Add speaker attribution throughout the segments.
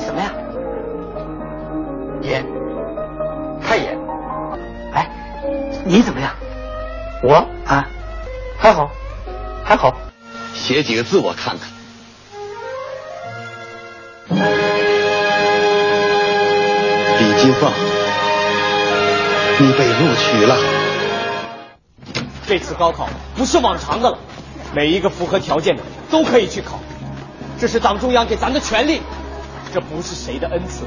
Speaker 1: 什么呀？爷，太爷，哎，你怎么样？
Speaker 2: 我
Speaker 1: 啊，
Speaker 2: 还好，还好。
Speaker 3: 写几个字我看看。李金凤，你被录取了。
Speaker 4: 这次高考不是往常的了，每一个符合条件的都可以去考，这是党中央给咱的权利，这不是谁的恩赐，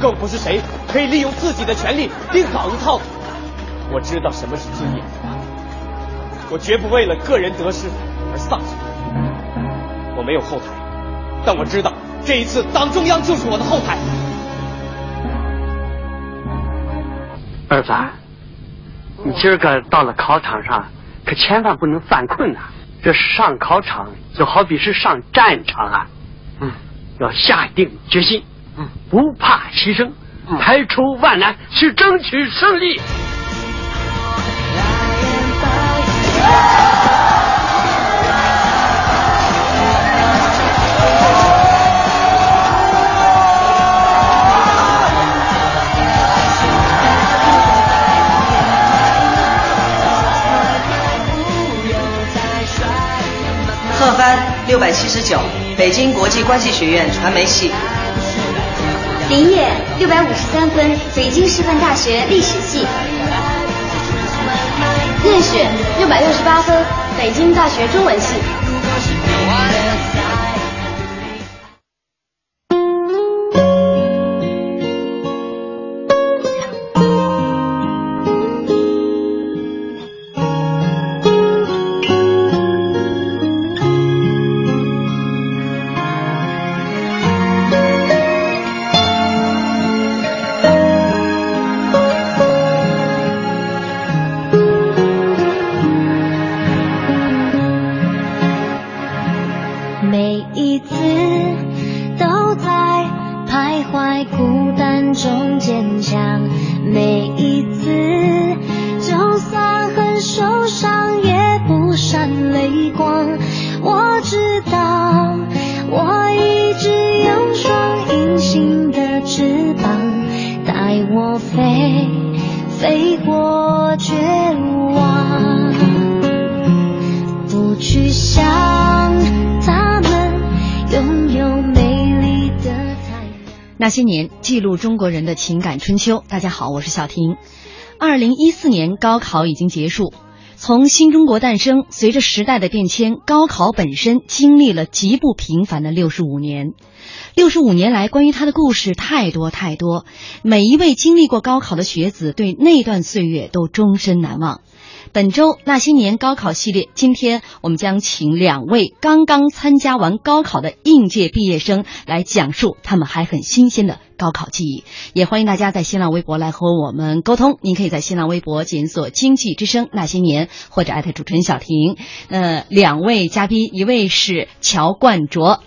Speaker 4: 更不是谁可以利用自己的权利另搞一套的。我知道什么是尊严，我绝不为了个人得失而丧失。我没有后台，但我知道这一次党中央就是我的后台。
Speaker 2: 儿子，你今儿个到了考场上，可千万不能犯困呐、这上考场就好比是上战场啊，嗯，要下定决心，嗯，不怕牺牲，
Speaker 5: 嗯
Speaker 2: 排除万难去争取胜利。
Speaker 6: 贺帆六百七十九，北京国际关系学院传媒系。
Speaker 7: 林业六百五十三分，北京师范大学历史系。聂雪六百六十八分，北京大学中文系。
Speaker 8: 每一次都在徘徊孤单中坚强，每一次就算很受伤也不闪泪光。我知道我一直有双隐形的翅膀，带我飞，飞过绝望。不去想他们拥有美丽的太阳。
Speaker 9: 那些年，记录中国人的情感春秋。大家好，我是小婷。二零一四年高考已经结束，从新中国诞生，随着时代的变迁，高考本身经历了极不平凡的六十五年。六十五年来，关于它的故事太多太多，每一位经历过高考的学子对那段岁月都终身难忘。本周那些年高考系列，今天我们将请两位刚刚参加完高考的应届毕业生来讲述他们还很新鲜的高考记忆。也欢迎大家在新浪微博来和我们沟通，您可以在新浪微博检索“经济之声那些年”或者艾特主持人小婷。呃，两位嘉宾，一位是乔冠卓，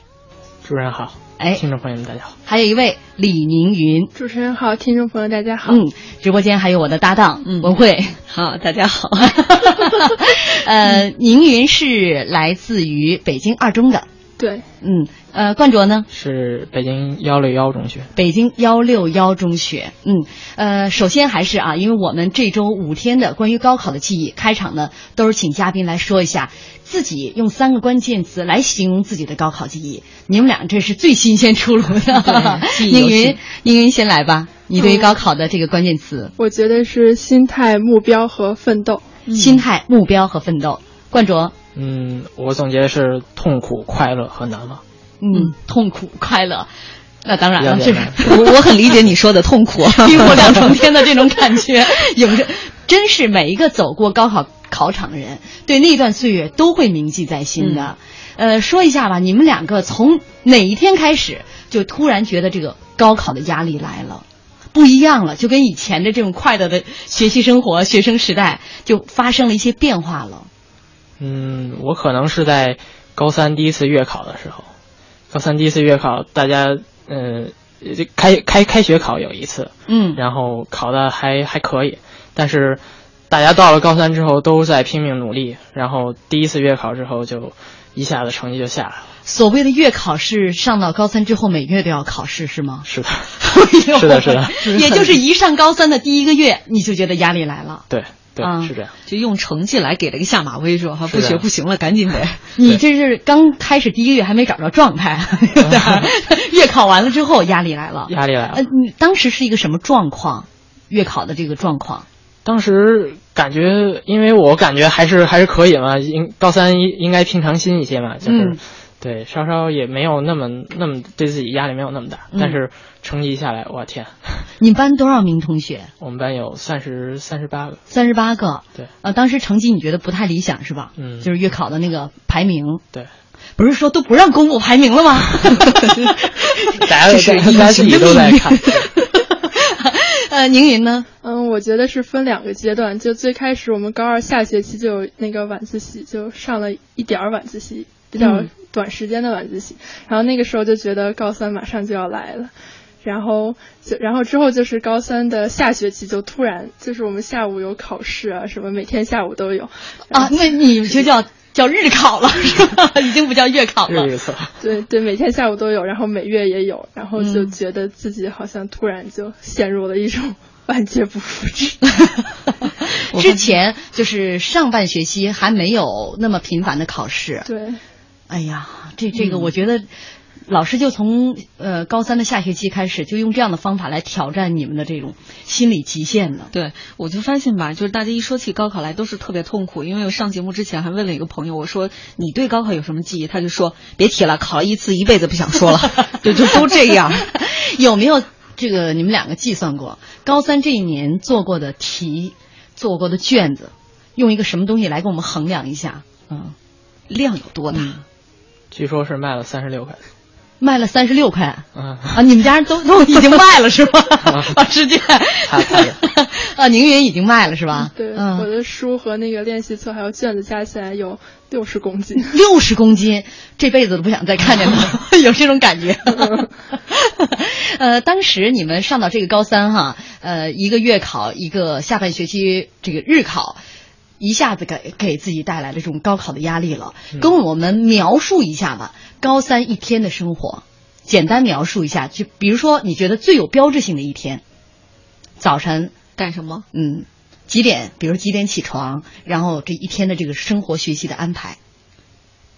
Speaker 5: 主任好，
Speaker 9: 哎，
Speaker 5: 听众朋友们大家好。
Speaker 9: 还有一位李宁云。
Speaker 10: 主持人好，听众朋友大家好。
Speaker 9: 嗯，直播间还有我的搭档、文慧，好，大家好。 呃，宁云是来自于北京二中的，
Speaker 10: 对，
Speaker 9: 嗯，呃，冠卓呢，
Speaker 5: 是北京幺六幺中学。
Speaker 9: 北京幺六幺中学，嗯，呃，首先还是啊，因为我们这周五天的关于高考的记忆，开场呢都是请嘉宾来说一下自己用三个关键词来形容自己的高考记忆。你们俩这是最新鲜出炉的，
Speaker 5: 记忆
Speaker 9: 宁
Speaker 5: 犹新
Speaker 9: 云，宁云先来吧，你对于高考的这个关键词，
Speaker 10: 我觉得是心态、目标和奋斗。
Speaker 9: 心态、目标和奋斗。冠卓，
Speaker 5: 嗯，我总结是痛苦、快乐和难忘。
Speaker 9: 嗯，痛苦、快乐，那当然了，
Speaker 5: 要
Speaker 9: 就是
Speaker 5: 要
Speaker 9: 我我很理解你说的 痛苦，冰火两重天的这种感觉，有着，真是每一个走过高考考场的人，对那段岁月都会铭记在心
Speaker 5: 嗯
Speaker 9: 的。呃，说一下吧，你们两个从哪一天开始就突然觉得这个高考的压力来了？不一样了，就跟以前的这种快乐的学习生活、学生时代就发生了一些变化了。
Speaker 4: 嗯，我可能是在高三第一次月考的时候，高三第一次月考，大家呃开开开学考有一次，
Speaker 9: 嗯，
Speaker 4: 然后考的还还可以，但是大家到了高三之后都在拼命努力，然后第一次月考之后就一下子成绩就下来了。
Speaker 9: 所谓的月考是上到高三之后每个月都要考试是吗？
Speaker 4: 是的， 是的，是的，
Speaker 9: 也就是一上高三的第一个月你就觉得压力来了。
Speaker 4: 对对、
Speaker 9: 嗯，
Speaker 4: 是这样，
Speaker 11: 就用成绩来给了个下马威，说哈不学不行了，赶紧 得。
Speaker 9: 你这是刚开始第一个月还没找着状态， 月考完了之后压力来了，
Speaker 4: 压力来了。
Speaker 9: 呃，你当时是一个什么状况？月考的这个状况？
Speaker 4: 当时感觉，因为我感觉还是还是可以嘛，应高三应应该平常心一些嘛，就是。
Speaker 9: 嗯
Speaker 4: 对，稍稍也没有那么那么对自己压力没有那么大，
Speaker 9: 嗯、
Speaker 4: 但是成绩下来，我天！
Speaker 9: 你们班多少名同学？
Speaker 4: 我们班有三十三十八个。
Speaker 9: 三十八个。
Speaker 4: 对。
Speaker 9: 呃，当时成绩你觉得不太理想是吧？
Speaker 4: 嗯。
Speaker 9: 就是月考的那个排名。
Speaker 4: 对。
Speaker 9: 不是说都不让公布排名 了吗？
Speaker 4: 大家大家自己都在看。
Speaker 9: 呃，宁云呢？
Speaker 8: 嗯，我觉得是分两个阶段。就最开始我们高二下学期就有那个晚自习，就上了一点儿晚自习，比较短时间的晚自习。然后那个时候就觉得高三马上就要来了，然后就然后之后就是高三的下学期就突然就是我们下午有考试啊，什么每天下午都有。
Speaker 9: 啊，那你就叫。叫日考了是吧？已经不叫月考了。
Speaker 4: 日考。
Speaker 8: 对对，每天下午都有，然后每月也有，然后就觉得自己好像突然就陷入了一种 万劫不复之。
Speaker 9: 之前就是上半学期还没有那么频繁的考试。
Speaker 8: 对。
Speaker 9: 哎呀，这这
Speaker 11: 嗯
Speaker 9: 个我觉得，老师就从呃高三的下学期开始，就用这样的方法来挑战你们的这种心理极限了。
Speaker 11: 对，我就发现吧，就是大家一说起高考来都是特别痛苦，因为我上节目之前还问了一个朋友，我说你对高考有什么记忆？他就说别提了，考了一次一辈子不想说了， 就就都这样。
Speaker 9: 有没有这个你们两个计算过高三这一年做过的题、做过的卷子，用一个什么东西来给我们衡量一下？嗯，
Speaker 11: 量有多大？
Speaker 9: 嗯
Speaker 4: 据说是卖了三十六块，
Speaker 9: 卖了三十六块，
Speaker 4: 嗯、
Speaker 9: 啊，你们家人都都已经卖了是吗？
Speaker 4: 啊，
Speaker 9: 是这样，
Speaker 4: 他他的
Speaker 9: 啊，宁云已经卖了是吧？
Speaker 8: 对、
Speaker 9: 嗯，
Speaker 8: 我的书和那个练习册还有卷子加起来有六十公斤，
Speaker 9: 六十公斤，这辈子都不想再看见他， 有这种感觉。呃，当时你们上到这个高三哈，呃，一个月考，一个下半学期这个日考。一下子给给自己带来了这种高考的压力了，跟我们描述一下吧，高三一天的生活，简单描述一下，就比如说你觉得最有标志性的一天，早晨
Speaker 11: 干什么？
Speaker 9: 嗯，几点？比如几点起床？然后这一天的这个生活学习的安排。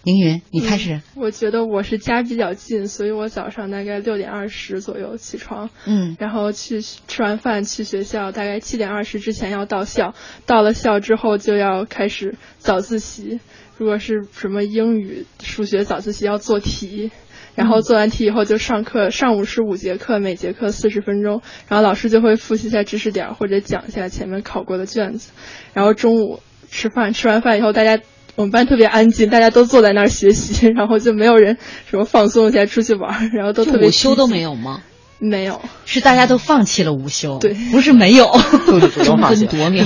Speaker 9: 凌云， 你开始、
Speaker 8: 嗯。我觉得我是家比较近，所以我早上大概六点二十左右起床，
Speaker 9: 嗯，
Speaker 8: 然后去吃完饭去学校，大概七点二十之前要到校。到了校之后就要开始早自习，如果是什么英语、数学早自习要做题，然后做完题以后就上课。上午是五节课，每节课四十分钟，然后老师就会复习一下知识点或者讲一下前面考过的卷子。然后中午吃饭，吃完饭以后大家。我们班特别安静，大家都坐在那儿学习， 然后就没有人什么放松一下出去玩，然后都特别
Speaker 11: 午休都没有吗？
Speaker 8: 没有，
Speaker 9: 是大家都放弃了午休，
Speaker 8: 对，
Speaker 9: 不是没有，
Speaker 4: 争
Speaker 11: 分夺秒。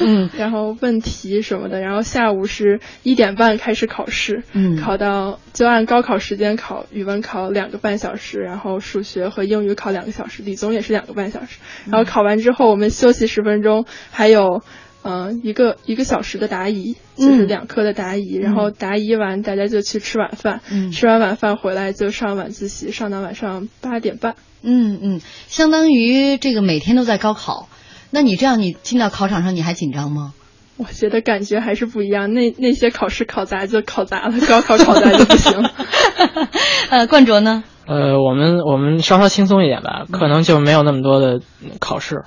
Speaker 9: 嗯，
Speaker 8: 然后问题什么的，然后下午是一点半开始考试，
Speaker 9: 嗯，
Speaker 8: 考到就按高考时间考，语文考两个半小时，然后数学和英语考两个小时，理综也是两个半小时。
Speaker 9: 嗯
Speaker 8: 然后考完之后，我们休息十分钟，还有。嗯，一个一个小时的答疑，就是两科的答疑，
Speaker 9: 嗯、
Speaker 8: 然后答疑完大家就去吃晚饭，
Speaker 9: 嗯、
Speaker 8: 吃完晚饭回来就上晚自习，上到晚上八点半。
Speaker 9: 嗯嗯，相当于这个每天都在高考，那你这样你进到考场上你还紧张吗？
Speaker 8: 我觉得感觉还是不一样，那那些考试考砸就考砸了，高考考砸就不行。
Speaker 9: 呃，冠卓呢？
Speaker 4: 呃，我们我们稍稍轻松一点吧，可能就没有那么多的考试。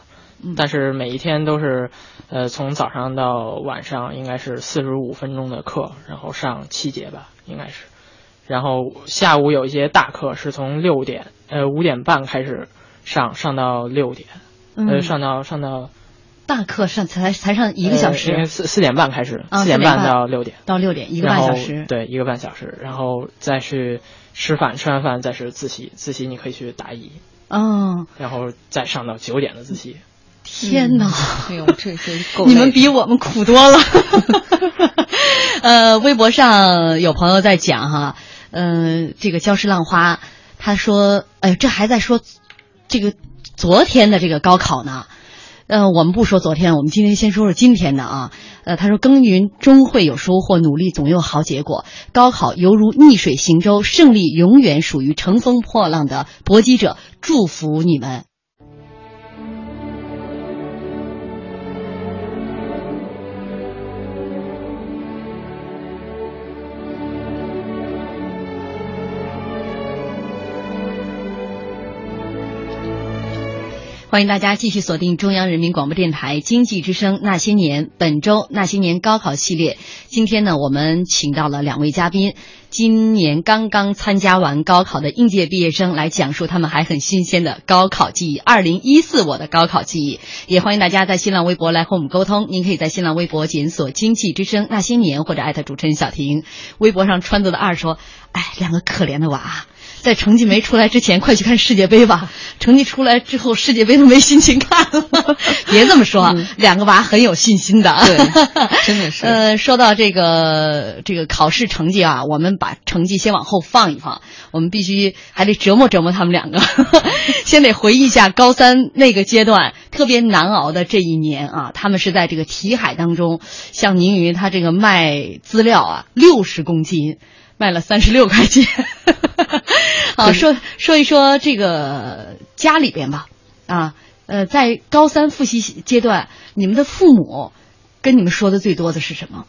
Speaker 4: 但是每一天都是，呃，从早上到晚上应该是四十五分钟的课，然后上七节吧，应该是。然后下午有一些大课是从六点，呃，五点半开始上，上到六点，呃，
Speaker 9: 嗯
Speaker 4: 上到上到
Speaker 9: 大课上才才上一个小时，
Speaker 4: 呃应该四四点半开始，
Speaker 9: 啊
Speaker 4: 四
Speaker 9: 4点半
Speaker 4: 半到六点，
Speaker 9: 到6点一个半
Speaker 4: 然后
Speaker 9: 小时
Speaker 4: 对，一个半小时，然后再去吃饭，吃完饭再是自习，自习你可以去答疑，
Speaker 9: 嗯，
Speaker 4: 然后再上到九点的自习。
Speaker 9: 天哪！
Speaker 6: 哎呦，这这够
Speaker 9: 你们比我们苦多了。呃，微博上有朋友在讲哈，嗯、呃，这个礁石浪花，他说，哎呦，这还在说这个昨天的这个高考呢。呃，我们不说昨天，我们今天先说说今天的啊。呃，他说耕耘终会有收获，努力总有好结果。高考犹如逆水行舟，胜利永远属于乘风破浪的搏击者。祝福你们！欢迎大家继续锁定中央人民广播电台经济之声《那些年》，本周《那些年》高考系列。今天呢，我们请到了两位嘉宾，今年刚刚参加完高考的应届毕业生来讲述他们还很新鲜的高考记忆。二零一四，我的高考记忆。也欢迎大家在新浪微博来和我们沟通，您可以在新浪微博检索“经济之声那些年”或者艾特主持人小婷。微博上川子的二说：“哎，两个可怜的娃。”啊在成绩没出来之前，快去看世界杯吧。成绩出来之后，世界杯都没心情看了。别这么说，嗯、两个娃很有信心的。
Speaker 6: 对，真的是。
Speaker 9: 呃，说到这个这个考试成绩啊，我们把成绩先往后放一放，我们必须还得折磨折磨他们两个， 先得回忆一下高三那个阶段特别难熬的这一年啊。他们是在这个题海当中，像宁云他这个卖资料啊，六十公斤。卖了三十六块钱， 啊，说说一说这个家里边吧，啊，呃，在高三复习阶段，你们的父母跟你们说的最多的是什么？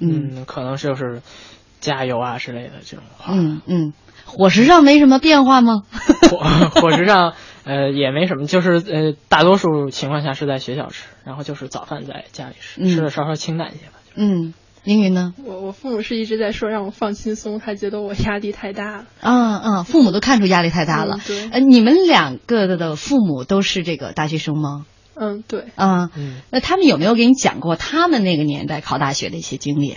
Speaker 4: 嗯，嗯可能就是加油啊之类的这种话。
Speaker 9: 嗯嗯，伙食上没什么变化吗？
Speaker 4: 伙伙食上呃也没什么，就是呃大多数情况下是在学校吃，然后就是早饭在家里吃，嗯、吃的稍稍清淡一些吧。
Speaker 9: 就是、嗯。凌云呢？
Speaker 8: 我我父母是一直在说让我放轻松，他觉得我压力太大了。
Speaker 9: 嗯嗯，父母都看出压力太大了。
Speaker 8: 嗯、对，
Speaker 9: 呃，你们两个的父母都是这个大学生吗？
Speaker 8: 嗯，对。
Speaker 9: 啊、嗯，那他们有没有给你讲过他们那个年代考大学的一些经历？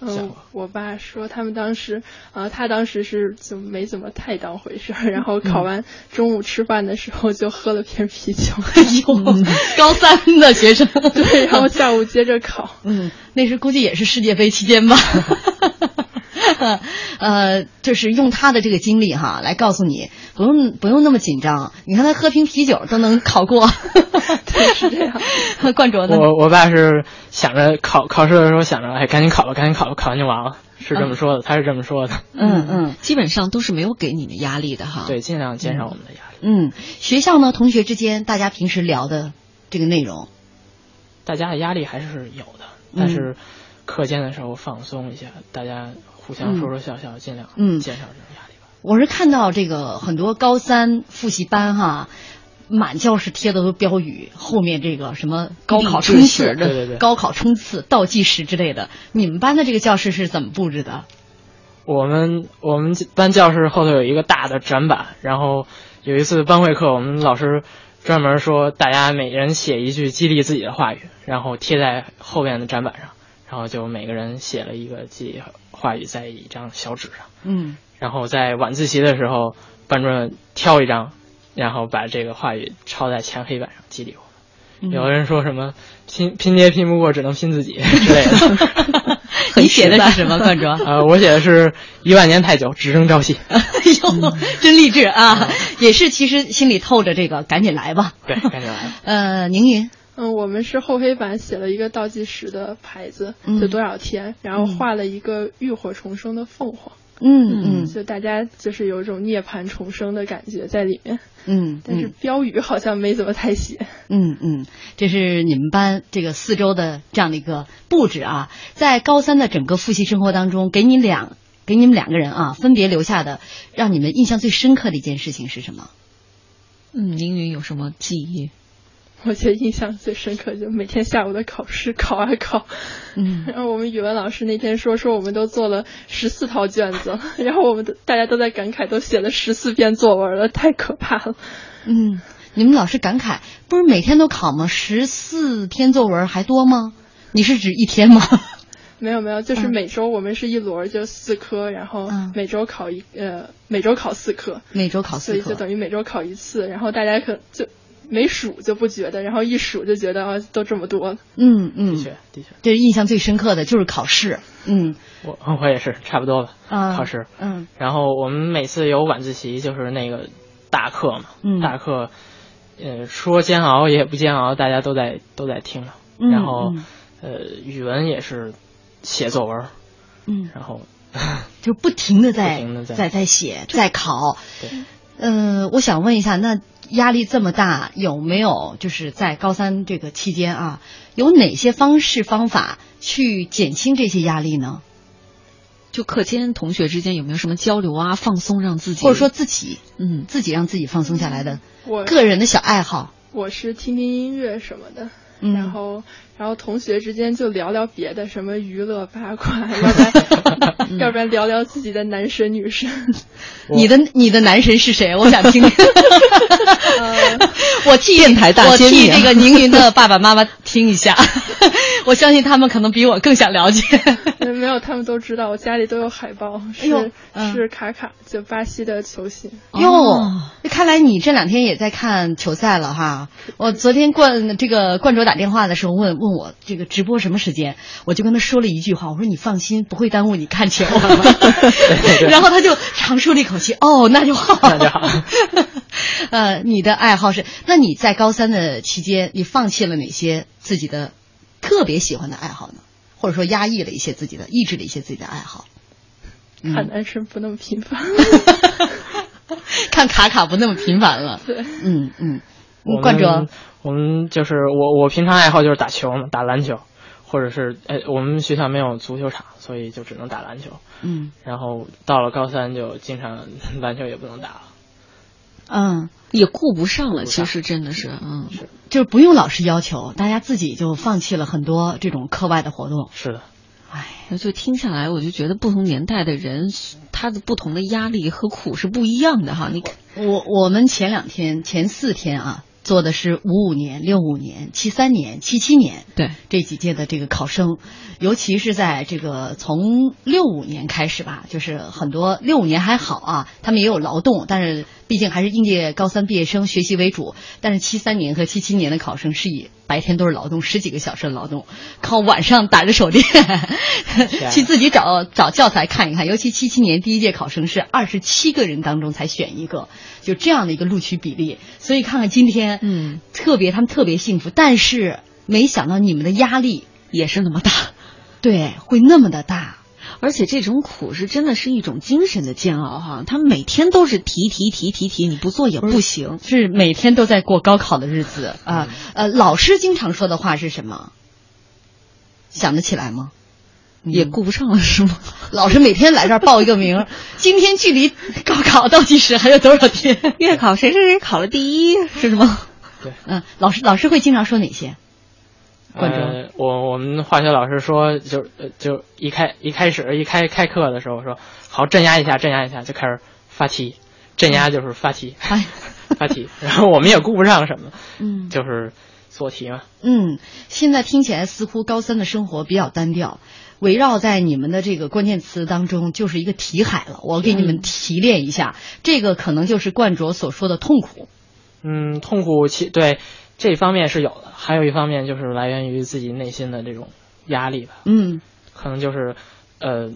Speaker 8: 嗯，我爸说他们当时，啊、呃，他当时是就没怎么太当回事儿，然
Speaker 9: 嗯
Speaker 8: 后考完中午吃饭的时候就喝了瓶啤酒，
Speaker 9: 哎呦，高三的学 生，
Speaker 8: 对， 然后下午接着考，
Speaker 9: 嗯，那是估计也是世界杯期间吧，呃，就是用他的这个经历哈来告诉你，不用不用那么紧张，你看他喝瓶啤酒都能考过，
Speaker 8: 对，是这 样，
Speaker 9: 冠卓呢？
Speaker 4: 我我爸是。想着考考试的时候想着，哎，赶紧考吧，赶紧考吧，考完就完了，是这么说的，嗯、他是这么说的。
Speaker 9: 嗯嗯，
Speaker 6: 基本上都是没有给你们压力的哈。
Speaker 4: 对，尽量减少我们的压力。
Speaker 9: 嗯，学校呢，同学之间大家平时聊的这个内容，
Speaker 4: 大家的压力还是有的，
Speaker 9: 嗯
Speaker 4: 但是课间的时候放松一下，大家互相说说笑笑，尽量嗯减少这种压力吧、嗯嗯。
Speaker 9: 我是看到这个很多高三复习班哈。满教室贴的都标语，后面这个什么高考冲刺，呃
Speaker 4: 对对对，
Speaker 9: 高考冲刺倒计时之类的。你们班的这个教室是怎么布置的？
Speaker 4: 我们我们班教室后头有一个大的展板，然后有一次班会课，我们老师专门说大家每人写一句激励自己的话语，然后贴在后面的展板上，然后就每个人写了一个激励话语在一张小纸上，
Speaker 9: 嗯，
Speaker 4: 然后在晚自习的时候，班主任挑一张。然后把这个话语抄在前黑板上激励我
Speaker 9: 嗯
Speaker 4: 们。有的人说什么拼拼爹拼不过，只能拼 自己之类的。
Speaker 9: 你写的是什么，冠卓？
Speaker 4: 呃，我写的是一万年太久，只争 朝夕。
Speaker 9: 哎呦，
Speaker 6: 嗯
Speaker 9: 真励志啊！也是，其实心里透着这个，赶紧来吧。
Speaker 4: 对，赶紧来。
Speaker 9: 呃，宁云。
Speaker 8: 嗯，我们是厚黑板写了一个倒计时的牌子，
Speaker 9: 嗯
Speaker 8: 就多少天，然后画了一个浴火重生的凤凰。
Speaker 9: 嗯嗯，
Speaker 8: 就大家就是有一种涅槃重生的感觉在里面。
Speaker 9: 嗯，
Speaker 8: 但是标语好像没怎么太写。
Speaker 9: 嗯嗯，这是你们班这个四周的这样的一个布置啊，在高三的整个复习生活当中，给你两给你们两个人啊分别留下的让你们印象最深刻的一件事情是什么？
Speaker 6: 嗯，凌云有什么记忆？
Speaker 8: 我觉得印象最深刻就每天下午的考试考啊考，
Speaker 9: 嗯，
Speaker 8: 然后我们语文老师那天说说我们都做了十四套卷子， 然后我们大家都在感慨都写了十四遍作文了，太可怕了。
Speaker 9: 嗯，你们老师感慨不是每天都考吗？十四篇作文还多吗？你是指一天吗？
Speaker 8: 没有没有，
Speaker 6: 嗯
Speaker 8: 就是每周我们是一轮儿就四科，然后每周考一呃每周考四科，
Speaker 6: 每周考四
Speaker 8: 所以就
Speaker 6: 科
Speaker 8: 等于每周考一次，然后大家可就没数就不觉得，然后一数就觉得啊都这么多了。
Speaker 9: 嗯嗯， 的确
Speaker 4: 的确，
Speaker 9: 对印象最深刻的就是考试，嗯
Speaker 4: 我 我也是差不多吧，
Speaker 9: 啊
Speaker 4: 考试。
Speaker 9: 嗯
Speaker 4: 然后我们每次有晚自习，就是那个大课嘛，
Speaker 9: 嗯
Speaker 4: 大课，呃，说煎熬也不煎熬，大家都在都在听了。
Speaker 9: 嗯
Speaker 4: 然后
Speaker 9: 嗯，
Speaker 4: 呃，语文也是写作文，
Speaker 9: 嗯，
Speaker 4: 然 后
Speaker 9: 就不停的在
Speaker 4: 不停地在
Speaker 9: 在写在考，
Speaker 4: 对，
Speaker 9: 呃，我想问一下，那压力这么大，有没有就是在高三这个期间啊，有哪些方式方法去减轻这些压力呢？
Speaker 6: 就课间同学之间有没有什么交流啊，放松让自己，
Speaker 9: 或者说自己，
Speaker 6: 嗯，
Speaker 9: 自己让自己放松下来的
Speaker 8: 我
Speaker 9: 个人的小爱好，
Speaker 8: 我是听听音乐什么的，
Speaker 9: 嗯
Speaker 8: 然后然后同学之间就聊聊别的，什么娱乐八卦，要不 然要不然聊聊自己的男神女神。
Speaker 9: 你的你的男神是谁？我想 听听。
Speaker 4: 呃
Speaker 9: 嗯我替
Speaker 6: 电台大
Speaker 9: 我
Speaker 6: 揭秘
Speaker 9: 替
Speaker 6: 啊
Speaker 9: 这个宁云的爸爸妈妈听一下， 我相信他们可能比我更想了解。
Speaker 8: 没有，他们都知道，我家里都有海报，
Speaker 9: 哎呦
Speaker 8: 是、是卡卡，就巴西的球星。
Speaker 9: 哟，那看来你这两天也在看球赛了哈。我昨天冠这个冠卓打电话的时候问问我这个直播什么时间，我就跟他说了一句话，我说你放心，不会耽误你看球。 然后他就长舒了一口气，哦，那就好，那就好。 呃，你的爱好是？那你在高三的期间，你放弃了哪些自己的特别喜欢的爱好呢？或者说压抑了一些自己的、抑制了一些自己的爱好？嗯
Speaker 8: 看男生不那么频 繁。
Speaker 9: 看卡卡不那么频繁了。
Speaker 8: 对，
Speaker 9: 嗯嗯，
Speaker 4: 我
Speaker 9: 冠
Speaker 4: 们
Speaker 9: 哲，
Speaker 4: 我们就是我我平常爱好就是打球嘛，打篮球，或者是呃我们学校没有足球场，所以就只能打篮球。
Speaker 9: 嗯
Speaker 4: 然后到了高三就经常篮球也不能打了，
Speaker 9: 嗯，
Speaker 6: 也顾不上了，其实真的是，嗯，
Speaker 9: 就是不用老师要求，大家自己就放弃了很多这种课外的活动。
Speaker 4: 是的，
Speaker 6: 就听下来，我就觉得不同年代的人，他的不同的压力和苦是不一样的哈。你看，
Speaker 9: 我我们前两天前四天啊，做的是五五年、六五年、七三年、七七年，
Speaker 6: 对
Speaker 9: 这几届的这个考生，尤其是在这个从六五年开始吧，就是很多六五年还好啊，他们也有劳动，但是毕竟还是应届高三毕业生学习为主。但是七三年和七七年的考生是以白天都是劳动，十几个小时的劳动，靠晚上打着手电
Speaker 4: 啊
Speaker 9: 去自己找找教材看一看。尤其七七年第一届考生是二十七个人当中才选一个，就这样的一个录取比例。所以看看今天，
Speaker 6: 嗯，
Speaker 9: 特别他们特别幸福，但是没想到你们的压力
Speaker 6: 也是那么大，
Speaker 9: 对，会那么的大。
Speaker 6: 而且这种苦是真的是一种精神的煎熬哈，他每天都是提提提提提，你不做也不行。
Speaker 9: 是每天都在过高考的日子啊。呃，老师经常说的话是什么？想得起来吗？嗯
Speaker 6: 也顾不上了是 吗？
Speaker 9: 老师每天来这儿报一个名儿，今天距离高考倒计时还有多少天？
Speaker 6: 月考谁谁谁考了第一是吗？
Speaker 4: 对，
Speaker 9: 嗯，老师老师会经常说哪些？冠军
Speaker 4: 呃，我我们化学老师说，就呃就一开一开始一开开课的时候说，好镇压一下，镇压一下，就开始发题，镇压就是发 题， 发题，然后我们也顾不上什么，
Speaker 9: 哎嗯
Speaker 4: 就是做题嘛。
Speaker 9: 嗯，现在听起来似乎高三的生活比较单调，围绕在你们的这个关键词当中就是一个题海了。我给你们提炼一下，
Speaker 8: 嗯
Speaker 9: 这个可能就是冠卓所说的痛苦。
Speaker 4: 嗯，痛苦其对这方面是有的，还有一方面就是来源于自己内心的这种压力吧，
Speaker 9: 嗯
Speaker 4: 可能就是呃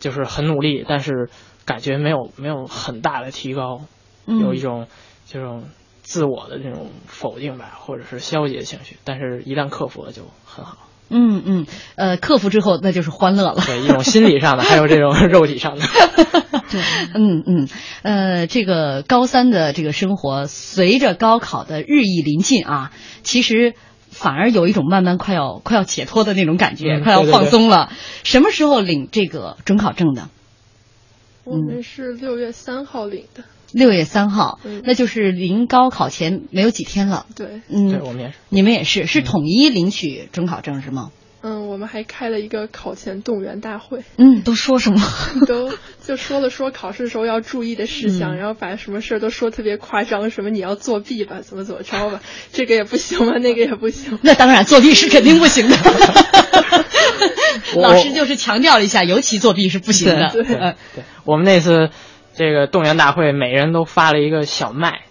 Speaker 4: 就是很努力，但是感觉没有没有很大的提高，
Speaker 9: 嗯
Speaker 4: 有一种这种自我的这种否定吧，或者是消极的情绪，但是一旦克服了就很好。
Speaker 9: 嗯嗯，呃，克服之后那就是欢乐了。
Speaker 4: 对，一种心理上的，还有这种肉体上的。
Speaker 9: 嗯嗯，呃，这个高三的这个生活，随着高考的日益临近啊，其实反而有一种慢慢快要快要解脱的那种感觉，
Speaker 8: 嗯
Speaker 9: 快要
Speaker 8: 对对
Speaker 9: 放
Speaker 8: 对
Speaker 9: 松了。什么时候领这个准考证的？
Speaker 8: 我
Speaker 9: 嗯
Speaker 8: 们是六月三号领的，
Speaker 9: 六月三号
Speaker 8: 嗯，
Speaker 9: 那就是临高考前没有几天了。
Speaker 8: 对，
Speaker 9: 嗯，
Speaker 4: 对我嗯们也是，
Speaker 9: 你们也是，是统一领取准考证是吗？
Speaker 8: 嗯，我们还开了一个考前动员大会，
Speaker 9: 嗯，
Speaker 6: 都说什么？
Speaker 8: 都就说了说考试的时候要注意的事项，
Speaker 9: 嗯
Speaker 8: 然后把什么事儿都说特别夸张，什么你要作弊吧，怎么怎么着吧，这个也不行吧，那个也不行。
Speaker 9: 那当然，作弊是肯定不行的。
Speaker 4: 我
Speaker 9: 老师就是强调了一下，尤其作弊是不行的。
Speaker 4: 对对
Speaker 9: 呃
Speaker 4: 我们那次这个动员大会，每人都发了一个小麦，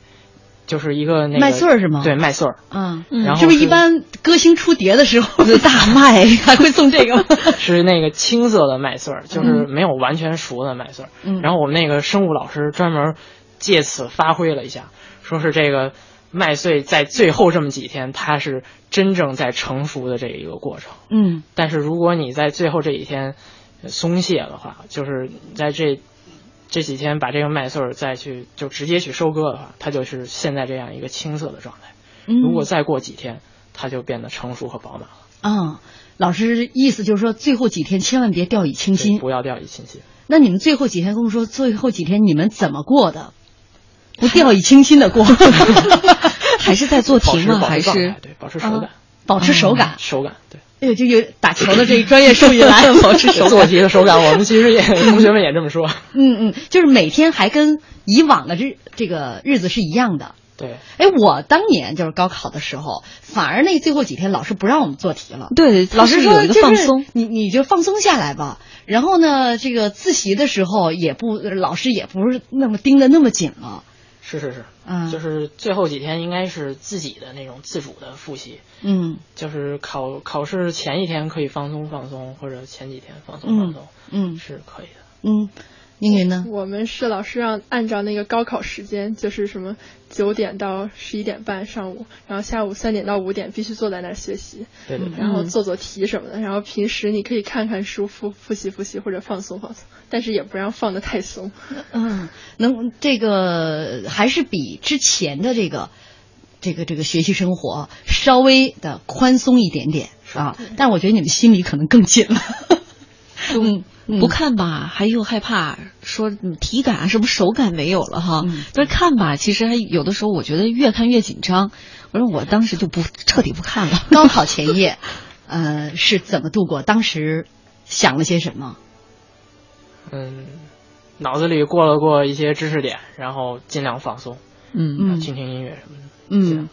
Speaker 4: 就是一个那个
Speaker 9: 麦穗儿是吗
Speaker 4: 对，麦穗儿。
Speaker 9: 啊，
Speaker 4: 嗯然后
Speaker 9: 是不是
Speaker 4: 是
Speaker 9: 一般歌星出碟的时候大卖还会送这个吗？
Speaker 4: 是那个青色的麦穗儿，就是没有完全熟的麦穗儿。
Speaker 9: 嗯
Speaker 4: 然后我们那个生物老师专门借此发挥了一下，说是这个麦穗在最后这么几天，它是真正在成熟的这一个过程。
Speaker 9: 嗯
Speaker 4: 但是如果你在最后这几天呃松懈的话，就是在这这几天把这个麦穗儿再去就直接去收割的话，它就是现在这样一个青色的状态。
Speaker 9: 嗯
Speaker 4: 如果再过几天，它就变得成熟和饱满了。
Speaker 9: 啊，老师意思就是说，最后几天千万别掉以轻心。
Speaker 4: 不要掉以轻心。
Speaker 9: 那你们最后几天跟我说，最后几天你们怎么过的？不掉以轻心的过，还是在做题吗？
Speaker 4: 保
Speaker 9: 还
Speaker 4: 持保持状态对保持
Speaker 9: 是
Speaker 4: 手感
Speaker 9: 啊保持手感
Speaker 4: 嗯。手感 对。
Speaker 9: 哎呦，就有打球的这一专业 术语来保持手感。
Speaker 4: 做题的手感，我们其实也同学们也这么说。
Speaker 9: 嗯嗯，就是每天还跟以往的日这个日子是一样的。
Speaker 4: 对，
Speaker 9: 哎，我当年就是高考的时候，反而那最后几天老师不让我们做题了。
Speaker 12: 对他
Speaker 9: 老师
Speaker 12: 是
Speaker 9: 说
Speaker 12: 有一个
Speaker 9: 就是
Speaker 12: 放松
Speaker 9: 你你就放松下来吧。然后呢，这个自习的时候也不，老师也不是那么盯得那么紧了。
Speaker 4: 是是是，
Speaker 9: 嗯
Speaker 4: 就是最后几天应该是自己的那种自主的复习，
Speaker 9: 嗯
Speaker 4: 就是考考试前一天可以放松放松，或者前几天放松放
Speaker 9: 嗯
Speaker 4: 松，
Speaker 9: 嗯
Speaker 4: 是可以的。
Speaker 9: 嗯，凌云呢？
Speaker 8: 我们是老师让按照那个高考时间，就是什么九点到十一点半上午，然后下午三点到五点必须坐在那儿学习，
Speaker 4: 对对对
Speaker 8: 然
Speaker 9: 嗯
Speaker 8: 后做做题什么的，然后平时你可以看看书复复习复习或者放松放松，但是也不让放的太松。
Speaker 9: 嗯，能这个还是比之前的这个这个这个学习生活稍微的宽松一点点啊，但我觉得你们心里可能更紧了。嗯，
Speaker 12: 不看吧，还又害怕说嗯体感啊，什么手感没有了哈。
Speaker 9: 嗯
Speaker 12: 就是看吧，其实还有的时候我觉得越看越紧张。我说我当时就不彻底不看了。
Speaker 9: 高考前夜，呃，是怎么度过？当时想了些什么？
Speaker 4: 嗯，脑子里过了过一些知识点，然后尽量放松，
Speaker 9: 嗯
Speaker 4: 然后
Speaker 9: 嗯
Speaker 4: 听听音乐什么的，
Speaker 9: 嗯，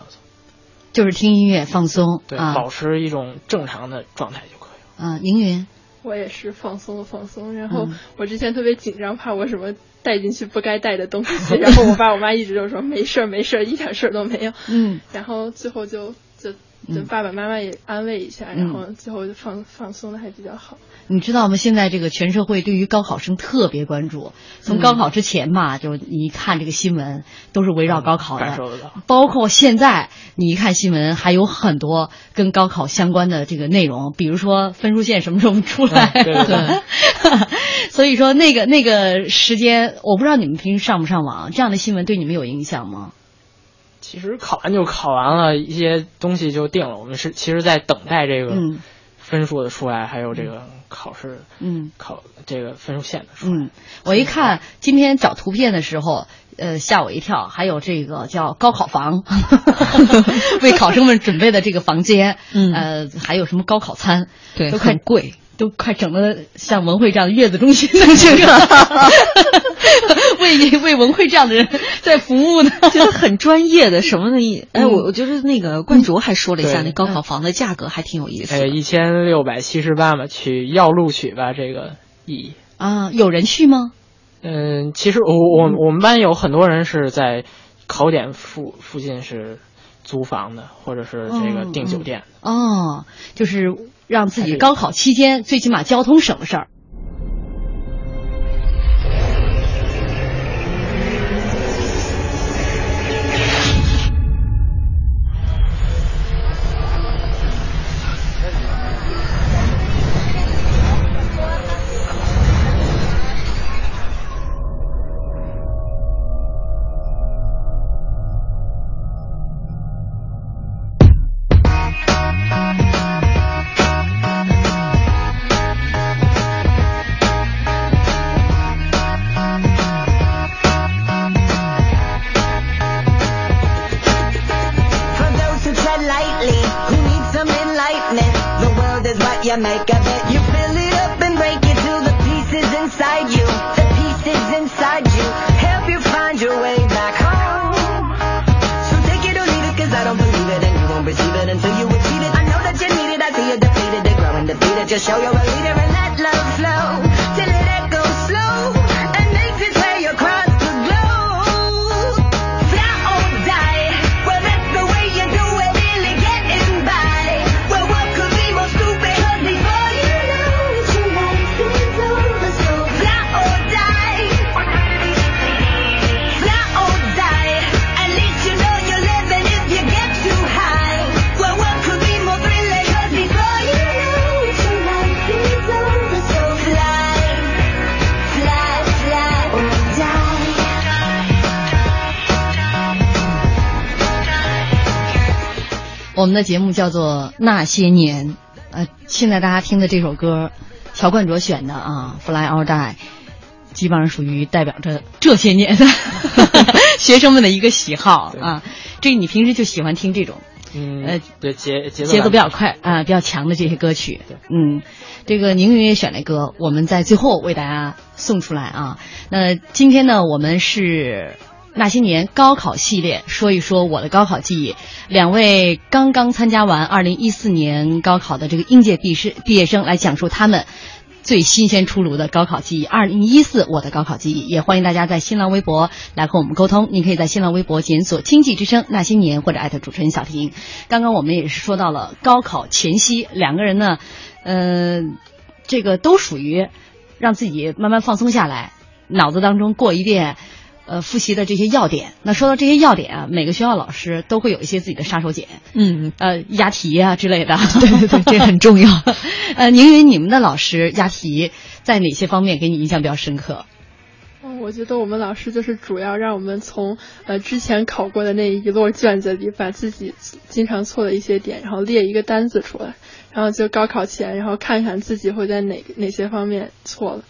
Speaker 9: 就是听音乐放松
Speaker 4: 对，
Speaker 9: 啊
Speaker 4: 保持一种正常的状态就可以。
Speaker 9: 啊，凌云，
Speaker 8: 我也是放松了放松，然后
Speaker 9: 嗯
Speaker 8: 我之前特别紧张，怕我什么带进去不该带的东西， 然后我爸我妈一直就说没事儿没事儿，一点事儿都没有。
Speaker 9: 嗯，
Speaker 8: 然后最后就就就
Speaker 9: 嗯
Speaker 8: 爸爸妈妈也安慰一下，
Speaker 9: 嗯
Speaker 8: 然后最后就放放松的还比较好。
Speaker 9: 你知道吗？现在这个全社会对于高考生特别关
Speaker 4: 嗯
Speaker 9: 注。从高考之前吧，就你一看这个新闻，都是围绕高考
Speaker 4: 嗯
Speaker 9: 的，
Speaker 4: 感受得到
Speaker 9: 包括现在你一看新闻，还有很多跟高考相关的这个内容，比如说分数线什么时候出来。
Speaker 4: 哎
Speaker 12: 嗯对对对
Speaker 9: 所以说那个那个时间，我不知道你们平时上不上网，这样的新闻对你们有影响吗？
Speaker 4: 其实考完就考完了，一些东西就定了。我们是其实在等待这个
Speaker 9: 嗯
Speaker 4: 分数的出来，还有这个考试
Speaker 9: 嗯
Speaker 4: 考这个分数线的出来。
Speaker 9: 嗯，我一看今天找图片的时候，呃，吓我一跳，还有这个叫高 考房， 为考生们准备的这个房间，
Speaker 12: 嗯
Speaker 9: 呃，还有什么高考餐，
Speaker 12: 对
Speaker 9: 都快
Speaker 12: 很贵，
Speaker 9: 都快整的像文慧这样的月子中心的这 个，为为文慧这样的人在服务呢，
Speaker 12: 觉得很专业的什么的一，哎，
Speaker 9: 嗯
Speaker 12: 我我觉得那个冠卓还说了一下
Speaker 4: 对
Speaker 12: 那高考房的价格还挺有意思
Speaker 9: 哎
Speaker 4: 呃，
Speaker 12: 的。
Speaker 4: 一千六百七十八嘛，取要录取吧这个意义。
Speaker 9: 啊，有人去吗？
Speaker 4: 嗯，其实我我我们班有很多人是在考点附附近是租房的，或者是这个订酒店。
Speaker 9: 哦，就是让自己高考期间最起码交通省个事儿。
Speaker 6: For those who tread lightly, who need some enlightenment, the world is what you make of it. You fill it up and break it to the pieces inside you. The peace inside you, help you find your way back home. So take it or leave it, cause I don't believe it, and you won't receive it until you achieve it. I know that you need it, I see you defeated, they grow and defeated. Just show you're a leader and let love flow. Till it echoes slow, and makes its way across the globe. Fly or die, well that's the way you do it, really getting by. Well what could be more stupid, cause before you know it, your life is over. So fly or die, fly or die, at least you know you're living if you get too high. Well what could be more thrilling, cause before you know it, your life is over. So fly, fly, fly or die.
Speaker 9: 我们的节目叫做《那些年》，呃，现在大家听的这首歌，乔冠卓选的啊，《Fly or Die》，基本上属于代表着这些年 学生们的一个喜好啊。这你平时就喜欢听这种
Speaker 4: 嗯，
Speaker 9: 呃
Speaker 4: 对节节奏
Speaker 9: 节奏
Speaker 4: 感
Speaker 9: 比较快啊、比较强的这些歌曲。嗯，这个宁云也选了歌，我们在最后为大家送出来啊。那今天呢，我们是那些年高考系列，说一说我的高考记忆。两位刚刚参加完2014年高考的这个应届毕师毕业生来讲述他们。最新鲜出炉的高考记忆，2014我的高考记忆，也欢迎大家在新浪微博来和我们沟通。您可以在新浪微博检索“经济之声那些年”或者艾特主持人小婷。刚刚我们也是说到了高考前夕，两个人呢，呃，这个都属于让自己慢慢放松下来，脑子当中过一遍。呃，复习的这些要点。那说到这些要点啊，每个学校老师都会有一些自己的杀手锏，
Speaker 12: 嗯，
Speaker 9: 呃，押题啊之类的。对 对对，这很重要。 呃，宁云，你们的老师押题在哪些方面给你印象比较深刻？
Speaker 8: 嗯，我觉得我们老师就是主要让我们从呃之前考过的那一摞卷子里，把自己经常错的一些点，然后列一个单子出来，然后就高考前，然后看看自己会在哪哪些方面错了。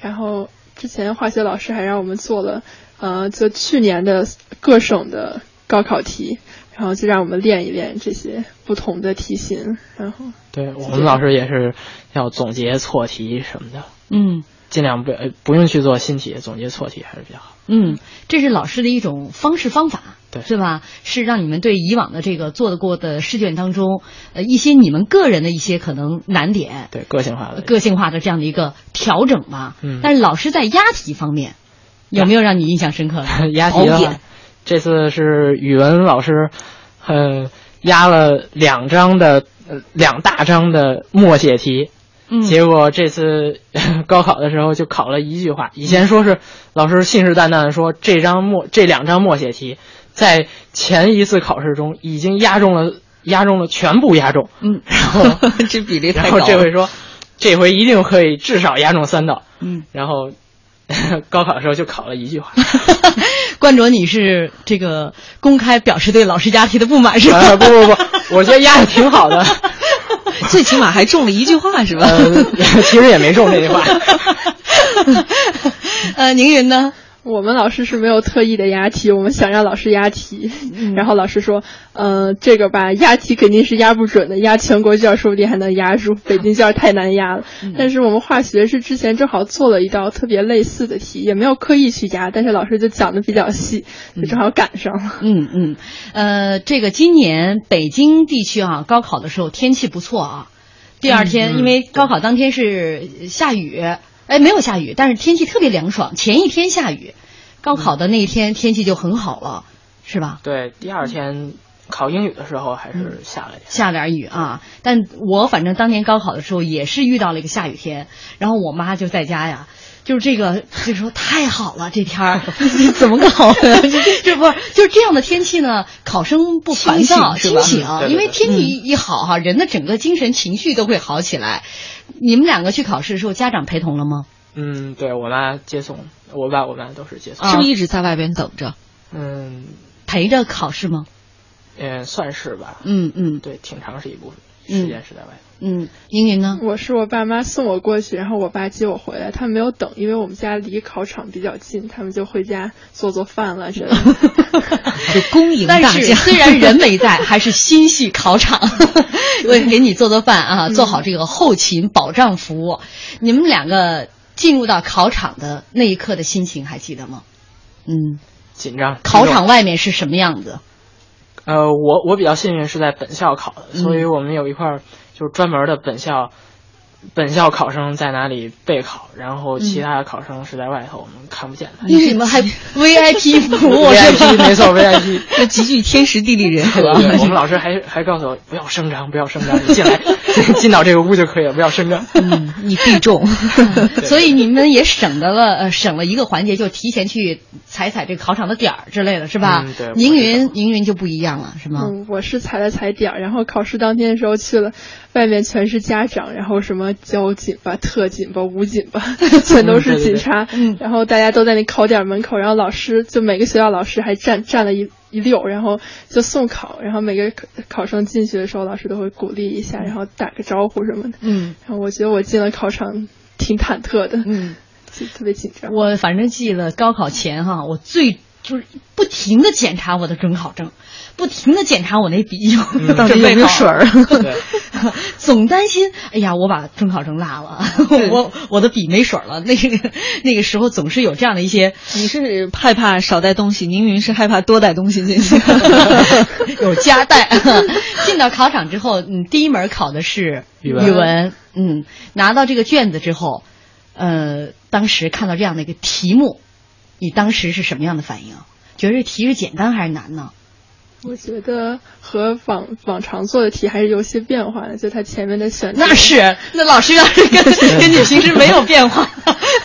Speaker 8: 然后之前化学老师还让我们做了，呃，就去年的各省的高考题，然后就让我们练一练这些不同的题型，然后
Speaker 4: 对我们老师也是要总结错题什么的，
Speaker 9: 嗯，
Speaker 4: 尽量不呃不用去做新题，总结错题还是比较好。
Speaker 9: 嗯，这是老师的一种方式方法，
Speaker 4: 对，
Speaker 9: 是吧？是让你们对以往的这个做得过的试卷当中，呃，一些你们个人的一些可能难点，呃
Speaker 4: 对，个性化的。
Speaker 9: 个性化的这样的一个调整吧。
Speaker 4: 嗯
Speaker 9: 但是老师在押题方面，有没有让你印象深刻的
Speaker 4: 押
Speaker 12: 啊
Speaker 4: 题
Speaker 9: 槽
Speaker 4: 的话
Speaker 9: 点？，
Speaker 4: 这次是语文老师，呃，押了两张的、呃、两大张的默写题。
Speaker 9: 嗯
Speaker 4: 结果这次 高考的时候就考了一句话，以前说是老师信誓旦旦的说这张默这两张默写题，在前一次考试中已经压中了压中了全部压中，
Speaker 9: 嗯，
Speaker 4: 然后
Speaker 12: 这比例
Speaker 4: 然
Speaker 12: 太
Speaker 4: 后
Speaker 12: 高了。
Speaker 4: 这回说这回一定可以至少压中三道，
Speaker 9: 嗯，
Speaker 4: 然后 高考的时候就考了一句话，
Speaker 9: 冠卓，你是这个公开表示对老师押题的不满是吧？
Speaker 4: 啊不不不，我觉得压的挺好的，
Speaker 12: 最起码还中了一句话 是吧？
Speaker 4: 呃，其实也没中这 句话。
Speaker 9: 呃，宁云呢？
Speaker 8: 我们老师是没有特意的押题，我们想让老师押题，然后老师说，呃，这个吧，押题肯定是押不准的，押全国卷说不定还能押住，北京卷太难押了。但是我们化学是之前正好做了一道特别类似的题，也没有刻意去押，但是老师就讲的比较细，就正好赶上了。
Speaker 9: 嗯嗯，呃，这个今年北京地区啊，高考的时候天气不错啊。第二天，
Speaker 12: 嗯嗯
Speaker 9: 因为高考当天是下雨，哎，没有下雨，但是天气特别凉爽。前一天下雨，高考的那一天天气就很好了，是吧？
Speaker 4: 对，第二天考英语的时候还是下了点。
Speaker 9: 下点儿雨啊，但我反正当年高考的时候也是遇到了一个下雨天，然后我妈就在家呀，就是这个就说太好了，这 天儿怎么搞的？这这不是就是这样的天气呢？考生不烦躁，
Speaker 12: 清
Speaker 9: 清
Speaker 12: 醒是吧
Speaker 9: 醒
Speaker 12: 嗯对，对嗯
Speaker 9: 因为
Speaker 12: 对
Speaker 9: 天气一一好哈、人的整个精神情绪都会好起来。你们两个去考试的时候，家长陪同了吗？
Speaker 4: 嗯，对我妈接送，我爸我妈都是接送。
Speaker 12: 啊是不是一直在外边等着？
Speaker 4: 嗯，
Speaker 9: 啊陪着考试吗？
Speaker 4: 也算是吧。
Speaker 9: 嗯嗯，
Speaker 4: 对，挺长是一部分时间是在外面。
Speaker 9: 嗯，英云呢？
Speaker 8: 我是我爸妈送我过去，然后我爸接我回来。他们没有等，因为我们家离考场比较近，他们就回家做做饭了之类的。
Speaker 12: 恭迎大
Speaker 9: 但
Speaker 12: 家。
Speaker 9: 是虽然人没在， 还是心系考场，
Speaker 12: 嗯
Speaker 9: 我也给你做做饭啊，做好这个后勤保障服务。你们两个进入到考场的那一刻的心情还记得吗？嗯，
Speaker 4: 紧张。
Speaker 9: 考场外面是什么样子？
Speaker 4: 呃，我我比较幸运是在本校考的，所以我们有一块儿就是专门的本校，本校考生在哪里备考，然后其他的考生是在外头，我们看不见的。
Speaker 9: 因为你们还 VIP 服务
Speaker 4: VIP 没错 VIP，
Speaker 12: 这极具天时地利人和。
Speaker 4: 对对我们老师还还告诉我不要声张，不要声张，你进来进进到这个屋就可以了，不要声张。
Speaker 12: 嗯，你必 中。
Speaker 9: 所以你们也省得了，呃，省了一个环节，就提前去踩踩这个考场的点儿之类的是吧？
Speaker 4: 嗯对
Speaker 9: 凌云凌云就不一样了，是吗？
Speaker 8: 嗯，我是踩了踩点儿，然后考试当天的时候去了，外面全是家长，然后什么交警吧、特警吧、武 警吧，全都
Speaker 4: 嗯
Speaker 8: 是
Speaker 4: 对对
Speaker 8: 警察，然后大家都在那考点门口，然后老师就每个学校老师还站站了一一溜，然后就送考，然后每个考考生进去的时候，老师都会鼓励一下，然后打个招呼什么的，
Speaker 9: 嗯，
Speaker 8: 然后我觉得我进了考场挺忐忑的，
Speaker 9: 嗯，
Speaker 8: 特别紧张。
Speaker 9: 我反正记了高考前哈、我最就是不停的检查我的准考证，不停的检查我那笔有、嗯 到底有没有水儿，总担心哎呀我把准考证落了， 我我的笔没水儿了。那个 那个时候总是有这样的一些，
Speaker 12: 你是害怕少带东西，宁云是害怕多带东西进去。
Speaker 9: 有夹带。 进到考场之后，嗯，第一门考的是
Speaker 12: 语文
Speaker 9: 文，嗯，拿到这个卷子之后，呃，当时看到这样的一个题目，你当时是什么样的反应？觉得这题是简单还是难呢？
Speaker 8: 我觉得和往往常做的题还是有些变化的，就它前面的选择
Speaker 9: 那是，那老师要是 跟跟你平时没有变化，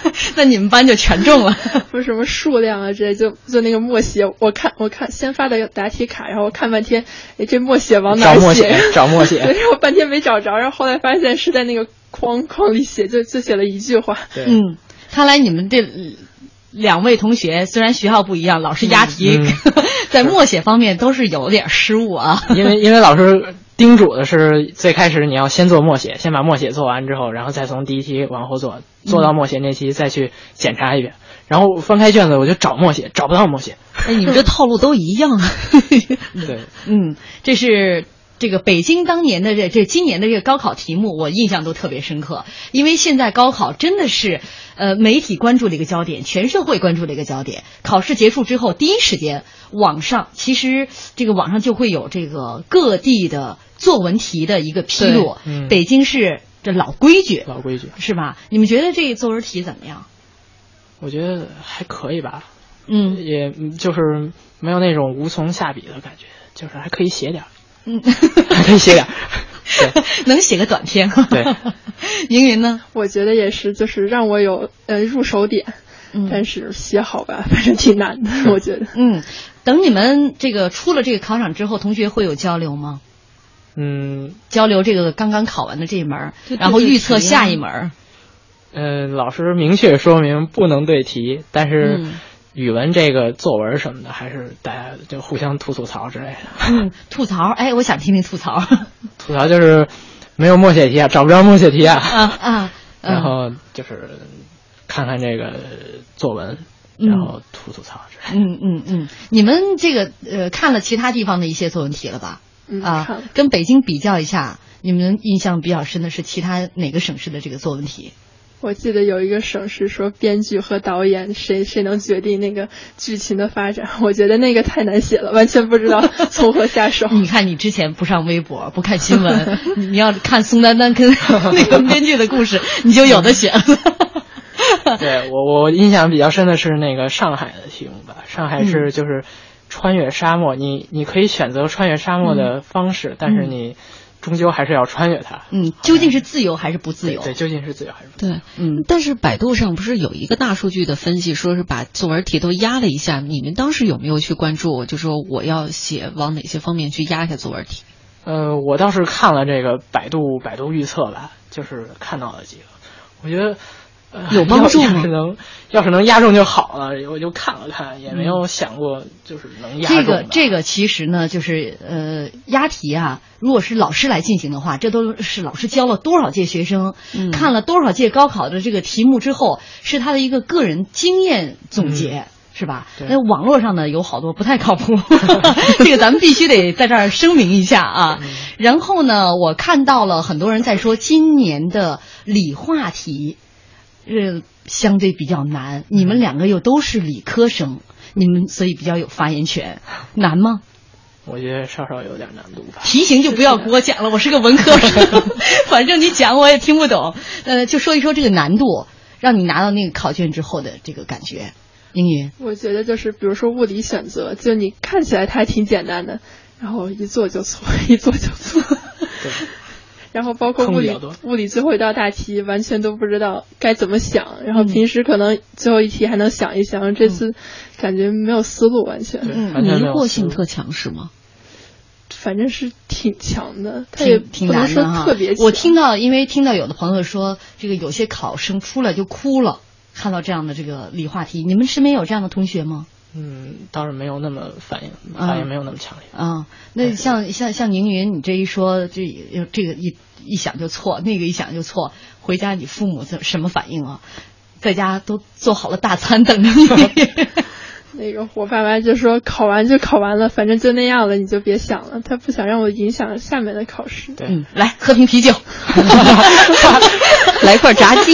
Speaker 9: 那你们班就全中了。
Speaker 8: 不是什么数量啊之类，就就那个默写，我看我看先发的答题卡，然后我看半天，哎，这默写往哪
Speaker 4: 找
Speaker 8: 儿
Speaker 4: 默
Speaker 8: 写
Speaker 4: 写？，找默
Speaker 8: 对
Speaker 4: 写。
Speaker 8: 然后半天没找着，然后后来发现是在那个框框里写，就就写了一句话。
Speaker 4: 对
Speaker 9: 嗯，看来你们这呃两位同学虽然学校不一样，老师押
Speaker 12: 嗯
Speaker 9: 题、 在默写方面都是有点失误啊。
Speaker 4: 因为因为老师叮嘱的是，最开始你要先做默写，先把默写做完之后，然后再从第一题往后做，做到默写那题再去检查一遍。然后翻开卷子，我就找默写，找不到默写。
Speaker 12: 哎，你们这套路都一样 啊。
Speaker 4: 对，
Speaker 9: 嗯，这是这个北京当年的这这今年的这个高考题目，我印象都特别深刻，因为现在高考真的是呃媒体关注的一个焦点，全社会关注的一个焦点。考试结束之后，第一时间网上其实这个网上就会有这个各地的作文题的一个披露
Speaker 4: 对，嗯
Speaker 9: 北京市这老规矩
Speaker 4: 老规矩
Speaker 9: 是吧？你们觉得这作文题怎么样？
Speaker 4: 我觉得还可以吧。
Speaker 9: 嗯，
Speaker 4: 也就是没有那种无从下笔的感觉，就是还可以写点儿，
Speaker 9: 嗯，
Speaker 4: 还可以写点 儿。
Speaker 9: 能写个短篇。
Speaker 4: 对，
Speaker 9: 凌云呢？
Speaker 8: 我觉得也是，就是让我有呃入手点，但是写好吧， 反正挺难的，我觉得。
Speaker 9: 嗯，等你们这个出了这个考场之后，同学会有交流吗？
Speaker 4: 嗯，
Speaker 9: 交流这个刚刚考完的这一门儿，
Speaker 4: 对对
Speaker 9: 然后预测下一门儿。
Speaker 4: 呃，老师明确说明不能对题，但是
Speaker 9: 嗯
Speaker 4: 语文这个作文什么的，还是大家就互相吐吐槽之类的。
Speaker 9: 嗯，吐槽，哎，我想听听吐槽。
Speaker 4: 吐槽就是没有默写题啊，找不着默写题啊，
Speaker 9: 啊啊，嗯
Speaker 4: 然后就是看看这个作文，
Speaker 9: 嗯
Speaker 4: 然后吐吐槽之类的。
Speaker 9: 嗯嗯嗯，你们这个呃看了其他地方的一些作文题了吧？
Speaker 8: 嗯看
Speaker 9: 啊
Speaker 8: 了，
Speaker 9: 跟北京比较一下，你们印象比较深的是其他哪个省市的这个作文题？
Speaker 8: 我记得有一个省市说，编剧和导演谁谁能决定那个剧情的发展。我觉得那个太难写了，完全不知道从何下手。
Speaker 9: 你看，你之前不上微博，不看新闻，你你要看宋丹丹跟 那个编剧的故事，你就有的选了。
Speaker 4: 对我我印象比较深的是那个上海的题目吧，上海
Speaker 9: 嗯
Speaker 4: 是就是穿越沙漠，你你可以选择穿越沙漠的方式，但是你终究还是要穿越它。
Speaker 9: 嗯，究竟是自由还是不自由？
Speaker 4: 对，究竟是自由还是不自由？
Speaker 12: 对，嗯，但是百度上不是有一个大数据的分析，说是把作文题都压了一下，你们当时有没有去关注？就说我要写往哪些方面去压一下作文题？
Speaker 4: 呃，我倒是看了这个百度百度预测吧，就是看到了几个，我觉得。呃
Speaker 12: 有帮助
Speaker 4: 要
Speaker 12: 吗
Speaker 4: 要是能，要是能压中就好了。我就看了看，也没有想过就是能压
Speaker 9: 这
Speaker 4: 中
Speaker 9: 个
Speaker 4: 吧
Speaker 9: 这个其实呢，就是呃押题啊，如果是老师来进行的话，这都是老师教了多少届学生，
Speaker 12: 嗯
Speaker 9: 看了多少届高考的这个题目之后，是他的一个个人经验总结。是吧？
Speaker 12: 嗯对
Speaker 9: 那网络上呢有好多不太 靠谱，这个咱们必须得在这儿声明一下啊。
Speaker 12: 嗯
Speaker 9: 然后呢，我看到了很多人在说今年的理化题，呃，相对比较难。你们两个又都是理科生，你们所以比较有发言权，难吗？
Speaker 4: 我觉得稍稍有点难度吧。
Speaker 9: 题型就不要给我讲了，我是个文科生，反正你讲我也听不懂。呃，就说一说这个难度，让你拿到那个考卷之后的这个感觉。英语，
Speaker 8: 我觉得就是比如说物理选择，就你看起来它还挺简单的，然后一做就错， 一做就错。
Speaker 4: 对。
Speaker 8: 然后包括
Speaker 4: 空
Speaker 8: 物
Speaker 4: 比
Speaker 8: 理
Speaker 4: 较多
Speaker 8: 物理最后一道大题，完全都不知道该怎么想。
Speaker 9: 嗯
Speaker 8: 然后平时可能最后一题还能想一想，这次感觉没有思路，完全。
Speaker 4: 完全没有
Speaker 12: 惑性特强是吗？
Speaker 8: 反正是挺强的，他也
Speaker 9: 挺挺
Speaker 8: 不能
Speaker 9: 难
Speaker 8: 说
Speaker 9: 的哈。
Speaker 8: 特别强。
Speaker 9: 我听到，因为听到有的朋友说，这个有些考生出来就哭了，看到这样的这个理化题，你们身边有这样的同学吗？
Speaker 4: 嗯，倒是没有那么反应，
Speaker 9: 啊
Speaker 4: 反应没有那么强烈。
Speaker 9: 啊，那像像像宁云，你这一说，这这个一一想就错，那个一想就错，回家你父母怎什么反应啊？在家都做好了大餐等着 你。
Speaker 8: 那个我爸妈就说考完就考完了，反正就那样了，你就别想了。他不想让我影响下面的考试。
Speaker 4: 对
Speaker 9: 嗯，来喝瓶啤酒， 来块炸鸡。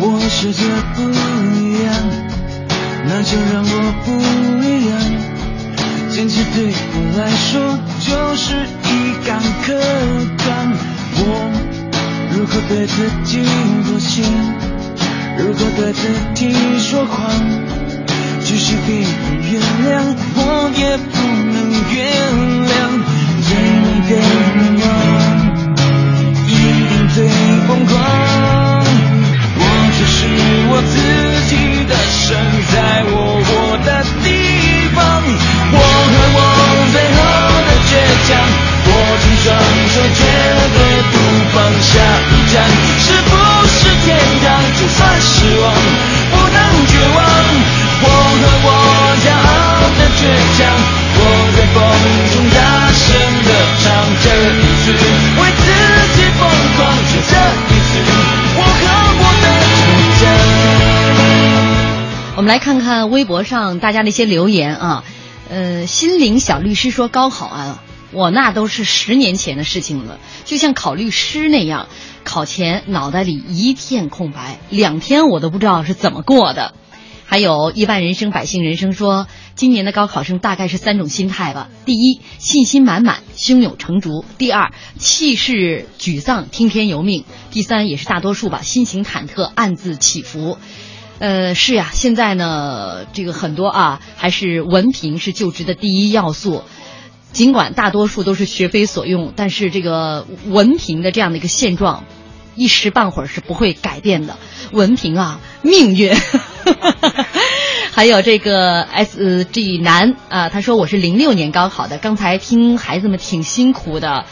Speaker 13: 我世界不一样，那就让我不一样。坚持对我来说就是一杆客杠。我如果对自己妥协，如果对自己说谎，即使别人原谅，我也不能原谅。这一个我一定最疯狂。我只是我自己的神，在我活的地方，我和我最后的倔强，握紧双手，绝对不放下。一站是不是天堂？就算失望，不能绝望。我和我骄傲的倔强，我在风中大声的唱，这一次为自己疯狂，就这一次，我和我的倔强。
Speaker 9: 我们来看看微博上大家的一些留言啊。呃，心灵小律师说高考啊，我那都是十年前的事情了，就像考律师那样，考前脑袋里一片空白，两天我都不知道是怎么过的。还有一万人生百姓人生说，今年的高考生大概是三种心态吧：第一，信心满满，胸有成竹；第二，气势沮丧，听天由命；第三，也是大多数吧，心情忐忑，暗自起伏。呃，是呀，现在呢，这个很多啊，还是文凭是就职的第一要素。尽管大多数都是学非所用，但是这个文凭的这样的一个现状，一时半会儿是不会改变的。文凭啊，命运。 还有这个 S G 男啊，他说我是零六年高考的，刚才听孩子们挺辛苦的，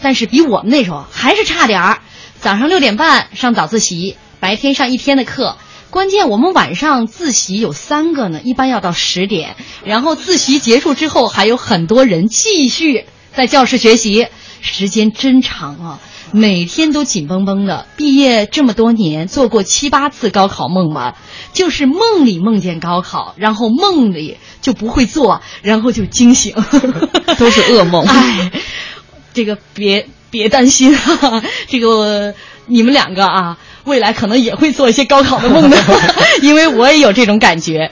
Speaker 9: 但是比我们那时候还是差点儿。早上六点半上早自习，白天上一天的课。关键我们晚上自习有三个呢，一般要到十点，然后自习结束之后还有很多人继续在教室学习，时间真长啊，每天都紧绷绷的。毕业这么多年，做过七八次高考梦吧，就是梦里梦见高考，然后梦里就不会做，然后就惊醒，都是噩 梦。哎，这个别别担心、啊， 这个你们两个啊，未来可能也会做一些高考的梦的，因为我也有这种感觉。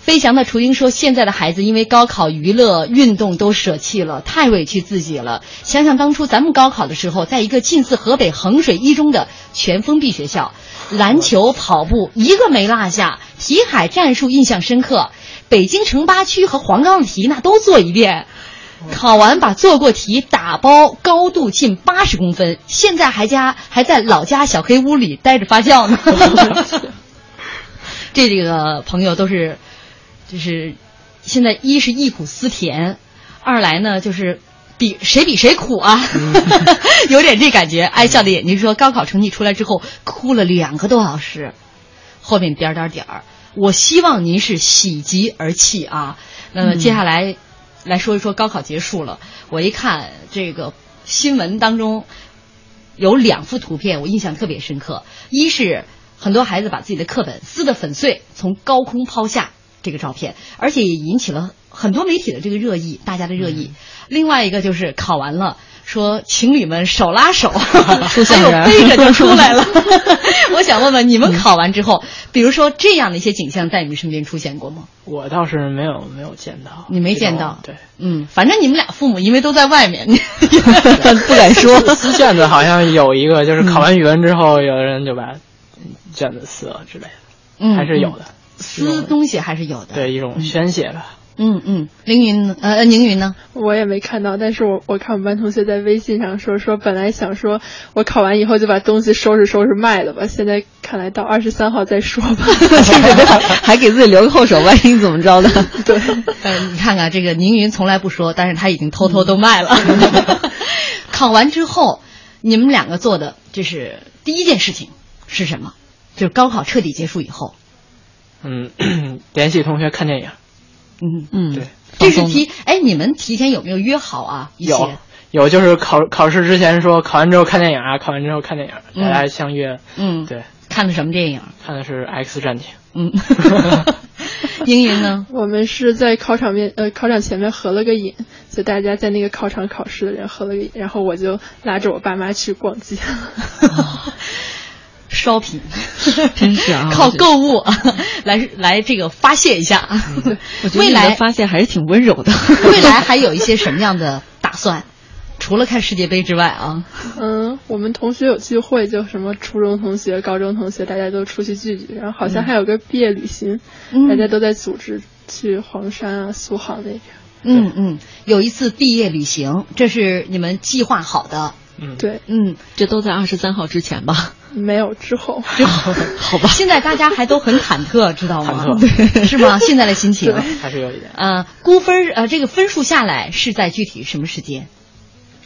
Speaker 9: 飞翔的雏鹰说：“现在的孩子因为高考、娱乐、运动都舍弃了，太委屈自己了。想想当初咱们高考的时候，在一个近似河北衡水一中的全封闭学校，篮球、跑步一个没落下，题海战术印象深刻。北京城八区和黄冈的题那都做一遍。”考完把做过题打包，高度近八十公分，现在还家还在老家小黑屋里待着发酵呢。 这几个朋友都是，就是现在一是忆苦思甜，二来呢就是比谁比谁苦啊， 有点这感觉。爱笑的眼睛说，高考成绩出来之后哭了两个多小时，后面点儿点儿点儿。我希望您是喜极而泣啊。那么接下来、来说一说高考结束了，我一看这个新闻当中有两幅图片，我印象特别深刻。一是很多孩子把自己的课本撕得粉碎，从高空抛下这个照片，而且也引起了很多媒体的这个热议，大家的热议。另外一个就是考完了。说情侣们手拉手，
Speaker 12: 现
Speaker 9: 还有
Speaker 12: 人
Speaker 9: 背着就出来了。我想问问你们考完之后，比如说这样的一些景象在你们身边出现过吗？
Speaker 4: 我倒是没有没有见到，
Speaker 9: 你没见到？
Speaker 4: 对，
Speaker 9: 嗯，反正你们俩父母因为都在外面，
Speaker 4: 不敢 说。撕卷子好像有一个，就是考完语文之后，有人就把卷子撕了之类的，
Speaker 9: 嗯，
Speaker 4: 还是有的。
Speaker 9: 撕东西还是有的。
Speaker 4: 对，一种宣泄吧。
Speaker 9: 嗯嗯，凌云呢？呃，宁 云呢？
Speaker 8: 我也没看到，但是我我看我们班同学在微信上说说，本来想说我考完以后就把东西收拾收拾卖了吧，现在看来到二十三号再说吧。
Speaker 12: 还给自己留个后手，万一怎么着 的？
Speaker 8: 对，
Speaker 9: 呃，你看看这个宁云从来不说，但是他已经偷偷都卖 了。考完之后，你们两个做的就是第一件事情是什么？就是高考彻底结束以后，
Speaker 4: 嗯， 联系同学看电影。
Speaker 9: 嗯
Speaker 12: 嗯，
Speaker 4: 对，
Speaker 9: 这是提哎，你们提前有没有约好啊？一
Speaker 4: 有
Speaker 9: 些
Speaker 4: 有就是考考试之前说考完之后看电影啊，考完之后看电影，
Speaker 9: 嗯
Speaker 4: 大家相约。
Speaker 9: 嗯
Speaker 4: 对，
Speaker 9: 看的什么电影？
Speaker 4: 看的是《X 战警》。
Speaker 9: 嗯， 英云呢？
Speaker 8: 我们是在考场面呃考场前面合了个影，就大家在那个考场考试的人合了个影，然后我就拉着我爸妈去逛街。
Speaker 9: 烧品，
Speaker 12: 真是 啊
Speaker 9: 靠购物来来这个发泄一下。
Speaker 12: 嗯我觉得
Speaker 9: 未
Speaker 12: 你的
Speaker 9: 来
Speaker 12: 发现还是挺温柔的。
Speaker 9: 未来还有一些什么样的打算？除了看世界杯之外啊，
Speaker 8: 嗯，我们同学有聚会，就什么初中同学、高中同学，大家都出去聚聚。然后好像
Speaker 9: 嗯
Speaker 8: 还有个毕业旅行，
Speaker 9: 嗯
Speaker 8: 大家都在组织去黄山啊、苏杭那边。
Speaker 9: 嗯嗯，有一次毕业旅行，这是你们计划好的。
Speaker 4: 嗯，
Speaker 8: 对，
Speaker 9: 嗯，
Speaker 12: 这都在二十三号之前吧？
Speaker 8: 没有之后，
Speaker 9: 好吧。啊现在大家还都很忐忑，知道吗？
Speaker 12: 忐
Speaker 9: 对， 是吗？现在的心情。
Speaker 4: 还是有一点。
Speaker 9: 呃，估分儿呃，这个分数下来是在具体什么时间？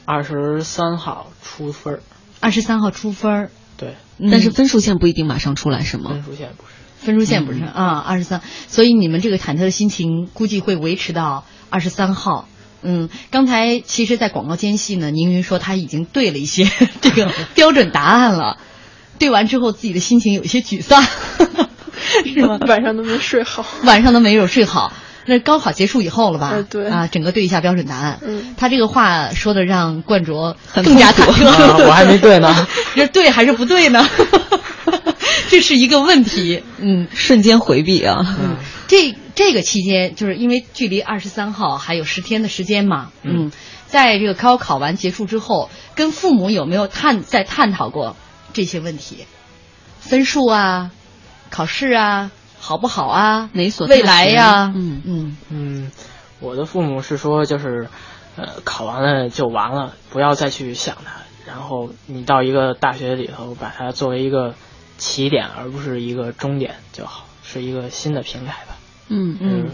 Speaker 4: 二十三号出分儿，
Speaker 9: 二十三号出分儿，嗯
Speaker 4: 对，
Speaker 12: 但是分数线不一定马上出来，是吗？
Speaker 4: 分数线不是。
Speaker 9: 分数线不
Speaker 12: 嗯
Speaker 9: 是、啊，二十三，所以你们这个忐忑的心情估计会维持到二十三号。嗯，刚才其实，在广告间隙呢，宁云说他已经对了 一些这个标准答案了，对完之后自己的心情有一些 沮丧，是吗？
Speaker 8: 晚上都没睡好。
Speaker 9: 晚上都没有睡好。那高考结束以后了吧？
Speaker 8: 呃对
Speaker 9: 啊，整个对一下标准答案。
Speaker 8: 嗯，
Speaker 9: 他这个话说的让冠卓
Speaker 12: 很
Speaker 9: 更加忐
Speaker 12: 痛苦
Speaker 9: 忑、
Speaker 12: 啊我还没对
Speaker 4: 呢，
Speaker 9: 这对还是不对呢？ 这是一个问题。嗯，
Speaker 12: 瞬间回避啊！
Speaker 9: 这这个期间，就是因为距离二十三号还有十天的时间嘛，
Speaker 12: 嗯
Speaker 9: 嗯，在这个高考完结束之后，跟父母有没有探在探讨过这些问题？分数啊，考试啊，好不好啊？
Speaker 12: 哪所大学
Speaker 9: 未来呀、
Speaker 12: 嗯
Speaker 9: 嗯
Speaker 4: 嗯，我的父母是说，就是，呃，考完了就完了，不要再去想它。然后你到一个大学里头，把它作为一个起点，而不是一个终点就好，是一个新的平台吧。
Speaker 12: 嗯
Speaker 4: 嗯，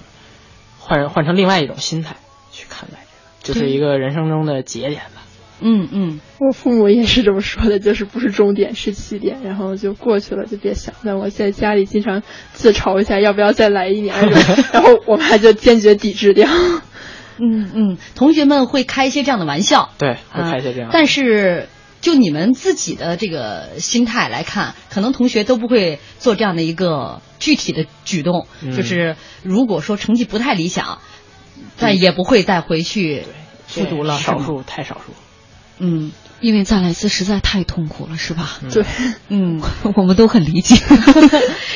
Speaker 4: 换换成另外一种心态去看待这个，就是一个人生中的节点吧。
Speaker 9: 嗯嗯，
Speaker 8: 我父母也是这么说的，就是不是终点是起点，然后就过去了，就别想。但我在家里经常自嘲一下，要不要再来一年？然后我妈就坚决抵制掉。
Speaker 9: 嗯嗯，同学们会开一些这样的玩笑，
Speaker 4: 对，会
Speaker 9: 啊
Speaker 4: 开一些这样的。
Speaker 9: 但是就你们自己的这个心态来看，可能同学都不会做这样的一个具体的举动，
Speaker 4: 嗯
Speaker 9: 就是如果说成绩不太理想，但也不会再回去复读了，
Speaker 4: 少
Speaker 9: 是吗
Speaker 4: 数太少数。
Speaker 9: 嗯，
Speaker 12: 因为再来一次实在太痛苦了，是吧？
Speaker 8: 对，
Speaker 9: 嗯，
Speaker 12: 我们都很理解。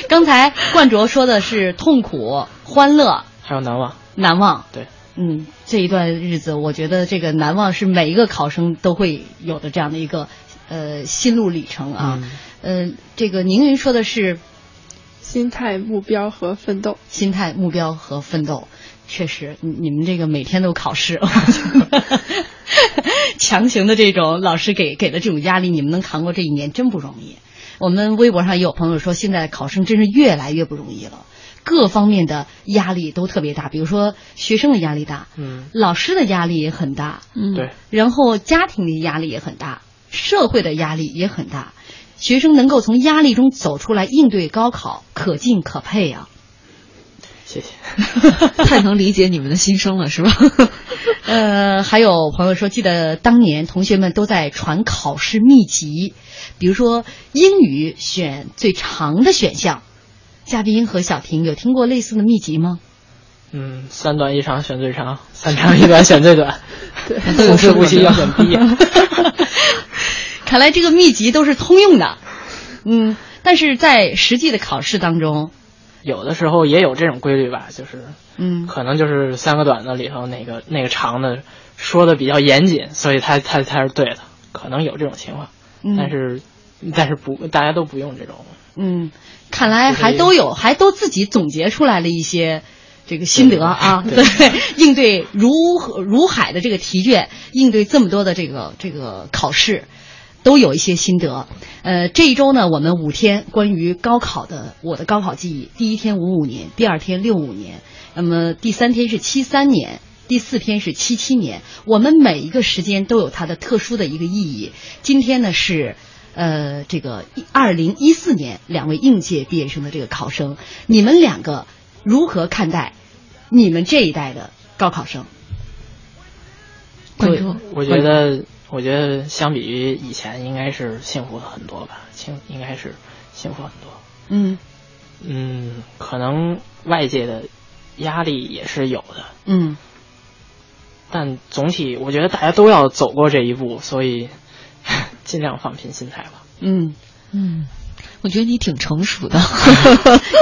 Speaker 9: 刚才冠卓说的是痛苦、欢乐、
Speaker 4: 还有难忘。
Speaker 9: 难忘，
Speaker 4: 对，
Speaker 9: 嗯，这一段日子，我觉得这个难忘是每一个考生都会有的这样的一个呃心路里程啊。
Speaker 4: 嗯
Speaker 9: 呃，这个宁云说的是
Speaker 8: 心态、目标和奋斗。
Speaker 9: 心态、目标和奋斗，确实，你你们这个每天都 考试，强行的这种老师给给的这种压力，你们能扛过这一年真不容易。我们微博上也有朋友说，现在考生真是越来越不容易了，各方面的压力都特别大，比如说学生的压力大，
Speaker 4: 嗯，
Speaker 9: 老师的压力也很大，
Speaker 12: 嗯
Speaker 4: 对，
Speaker 9: 然后家庭的压力也很大，社会的压力也很大。学生能够从压力中走出来，应对高考，可敬可佩啊！
Speaker 4: 谢谢。
Speaker 12: 太能理解你们的心声了，是吧？
Speaker 9: 呃，还有朋友说，记得当年同学们都在传考试秘籍，比如说英语选最长的选项。嘉宾和小婷有听过类似的秘籍吗？
Speaker 4: 嗯，三短一长选最长，三长一短选最短，
Speaker 9: 对
Speaker 4: 不是不息要 选 B。
Speaker 9: 看来这个秘籍都是通用的。嗯，但是在实际的考试当中，
Speaker 4: 有的时候也有这种规律吧，就是
Speaker 9: 嗯，
Speaker 4: 可能就是三个短的里头哪个那个长的说的比较严谨，所以他他他是对的，可能有这种情况，
Speaker 9: 嗯
Speaker 4: 但是但是不大家都不用这种，
Speaker 9: 嗯，看来还都有，还都自己总结出来了一些这个心得啊，
Speaker 4: 对
Speaker 9: 应对 如何如海的这个题卷，应对这么多的这个这个考试，都有一些心得。呃，这一周呢，我们五天关于高考的我的高考记忆，第一天五五年，第二天六五年，那么第三天是七三年。第四天是七七年，我们每一个时间都有它的特殊的一个意义。今天呢是呃，这个二零一四年两位应届毕业生的这个考生，你们两个如何看待你们这一代的高考生？
Speaker 12: 关
Speaker 4: 对
Speaker 12: 注
Speaker 4: 我觉得，我觉得相比于以前，应该是幸福了很多吧，幸应该是幸福很多。
Speaker 9: 嗯
Speaker 4: 嗯，可能外界的压力也是有的，
Speaker 9: 嗯
Speaker 4: 但总体我觉得大家都要走过这一步，所以 尽量放平心态吧。
Speaker 9: 嗯
Speaker 12: 嗯，我觉得你挺成熟 的。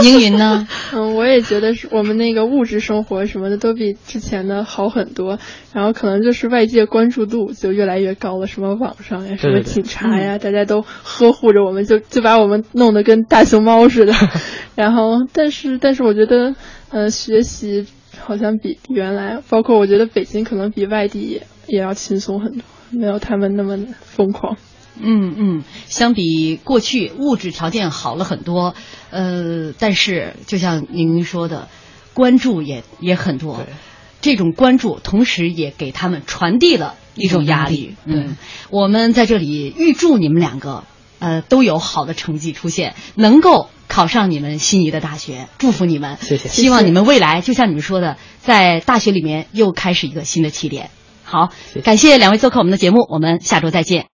Speaker 9: 凌云呢？
Speaker 8: 嗯，我也觉得是我们那个物质生活什么的都比之前的好很多，然后可能就是外界关注度就越来越高了，什么网上呀，什
Speaker 4: 对对
Speaker 8: 么
Speaker 4: 对嗯
Speaker 8: 警察呀，大家都呵护着我们，就就把我们弄得跟大熊 猫似的。然后，但是但是我觉得，呃，学习好像比原来，包括我觉得北京可能比外地也也要轻松很多，没有他们那么疯狂。
Speaker 9: 嗯嗯，相比过去物质条件好了很多，呃，但是就像您说的，关注也也很多，这种关注同时也给他们传递了一种压力。
Speaker 12: 一种压力
Speaker 9: 嗯，我们在这里预祝你们两个，呃，都有好的成绩出现，能够考上你们心仪的大学，祝福你们。
Speaker 4: 谢谢
Speaker 9: 希望你们未来就像你们说的，在大学里面又开始一个新的起点。好，感谢两位做客我们的节目，我们下周再见。